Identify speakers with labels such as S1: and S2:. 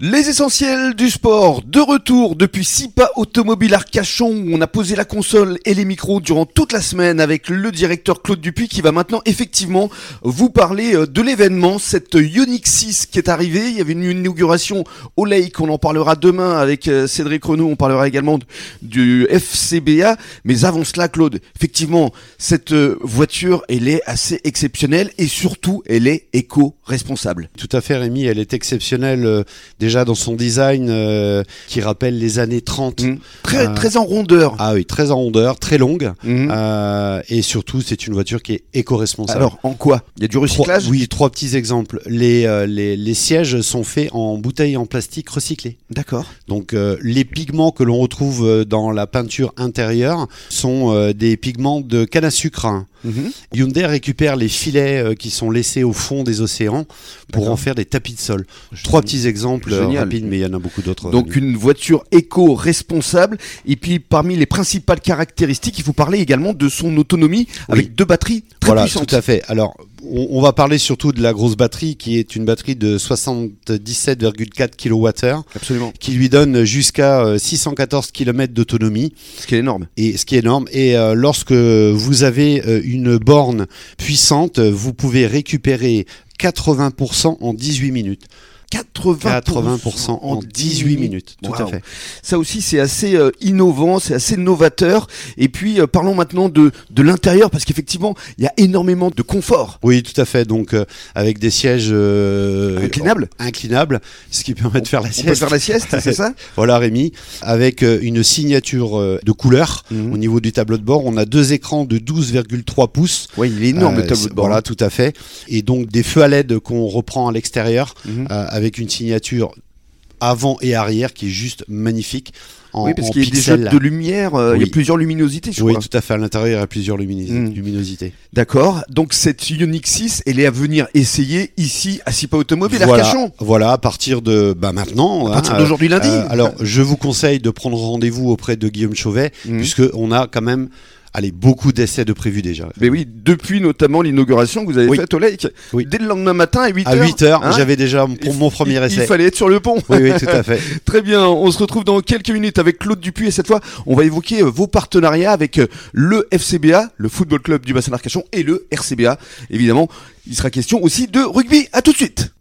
S1: Les essentiels du sport, de retour depuis SIPA Automobile Arcachon où on a posé la console et les micros durant toute la semaine avec le directeur Claude Dupuis qui va maintenant effectivement vous parler euh, de l'événement, cette Ioniq 6 qui est arrivée. Il y avait une inauguration au Lake, on en parlera demain avec euh, Cédric Renaud, on parlera également d- du FCBA. Mais avant cela Claude, effectivement cette euh, voiture elle est assez exceptionnelle et surtout elle est éco-responsable.
S2: Tout à fait, Rémi, elle est exceptionnelle euh, déjà dans son design euh, qui rappelle les années 30.
S1: Mm. Très,
S2: Euh,
S1: très en rondeur.
S2: Ah oui, très en rondeur, très longue.
S1: Mhm.
S2: Euh, et surtout, c'est une voiture qui est éco-responsable.
S1: Alors, en quoi Il y a du
S2: Trois-
S1: recyclage
S2: oui, trois petits exemples. Les, euh, les, les sièges sont faits en bouteilles en plastique recyclées.
S1: D'accord.
S2: Donc euh, les pigments que l'on retrouve euh, dans la peinture intérieure sont euh, des pigments de canne à sucre. hein. Mhm. Hyundai récupère les filets euh, qui sont laissés au fond des océans pour
S1: D'accord.
S2: en faire des tapis de sol. Trois petits exemples euh,
S1: Génial.
S2: rapides, mais il y en a beaucoup d'autres.
S1: Donc
S2: Rémi.
S1: une voiture éco-responsable. Et puis parmi les principales caractéristiques, il faut parler également de son autonomie avec deux batteries très
S2: voilà,
S1: puissantes.
S2: tout à fait. Alors, on, on va parler surtout de la grosse batterie qui est une batterie de 77,4 kWh
S1: Absolument.
S2: qui lui donne jusqu'à euh, 614 km d'autonomie.
S1: Ce qui est énorme.
S2: et ce qui est énorme. Et euh, lorsque vous avez euh, une borne puissante, vous pouvez récupérer 80% en 18 minutes.
S1: 80%,
S2: 80% en 18 minutes. Tout à
S1: Wow.
S2: fait.
S1: Ça aussi, c'est assez euh, innovant, c'est assez novateur. Et puis, euh, parlons maintenant de, de l'intérieur, parce qu'effectivement, il y a énormément de confort.
S2: Oui, tout à fait. Donc, euh, avec des sièges euh,
S1: Inclinable.
S2: inclinables, ce qui permet de faire
S1: On
S2: la
S1: peut
S2: sieste.
S1: faire la sieste, c'est ça
S2: Voilà, Rémi. Avec euh, une signature euh, de couleur au niveau du tableau de bord, on a deux écrans de 12,3 pouces.
S1: Oui, il est énorme le
S2: Euh,
S1: tableau de bord.
S2: Voilà, tout à fait. Et donc des feux à LED qu'on reprend à l'extérieur
S1: Mhm.
S2: euh, avec une signature avant et arrière qui est juste magnifique en,
S1: oui, parce
S2: en
S1: qu'il y a des jeux
S2: pixels.
S1: de lumière, euh, il y
S2: Oui.
S1: a plusieurs luminosités, je
S2: oui,
S1: crois.
S2: tout à fait. À l'intérieur, il y a plusieurs luminis-
S1: Mhm.
S2: luminosités.
S1: D'accord. Donc cette Ioniq 6, elle est à venir essayer ici à Sipa Automobile à
S2: voilà,
S1: Arcachon.
S2: voilà, à partir de bah, maintenant.
S1: À partir
S2: hein,
S1: d'aujourd'hui lundi.
S2: euh, alors, je vous conseille de prendre rendez-vous auprès de Guillaume Chauvet,
S1: Mhm.
S2: puisque on a quand même, allez, beaucoup d'essais de prévus déjà.
S1: mais oui, depuis notamment l'inauguration que vous avez
S2: Oui.
S1: faite au Lake.
S2: Oui.
S1: Dès le lendemain matin à 8h.
S2: À 8 heures, j'avais déjà mon, mon premier essai.
S1: hein Il fallait être sur le pont.
S2: Oui, oui, tout à fait.
S1: Très bien, on se retrouve dans quelques minutes avec Claude Dupuis et cette fois, on va évoquer euh, vos partenariats avec euh, le FCBA, le Football Club du Bassin d'Arcachon et le RCBA. Évidemment, il sera question aussi de rugby. À tout de suite.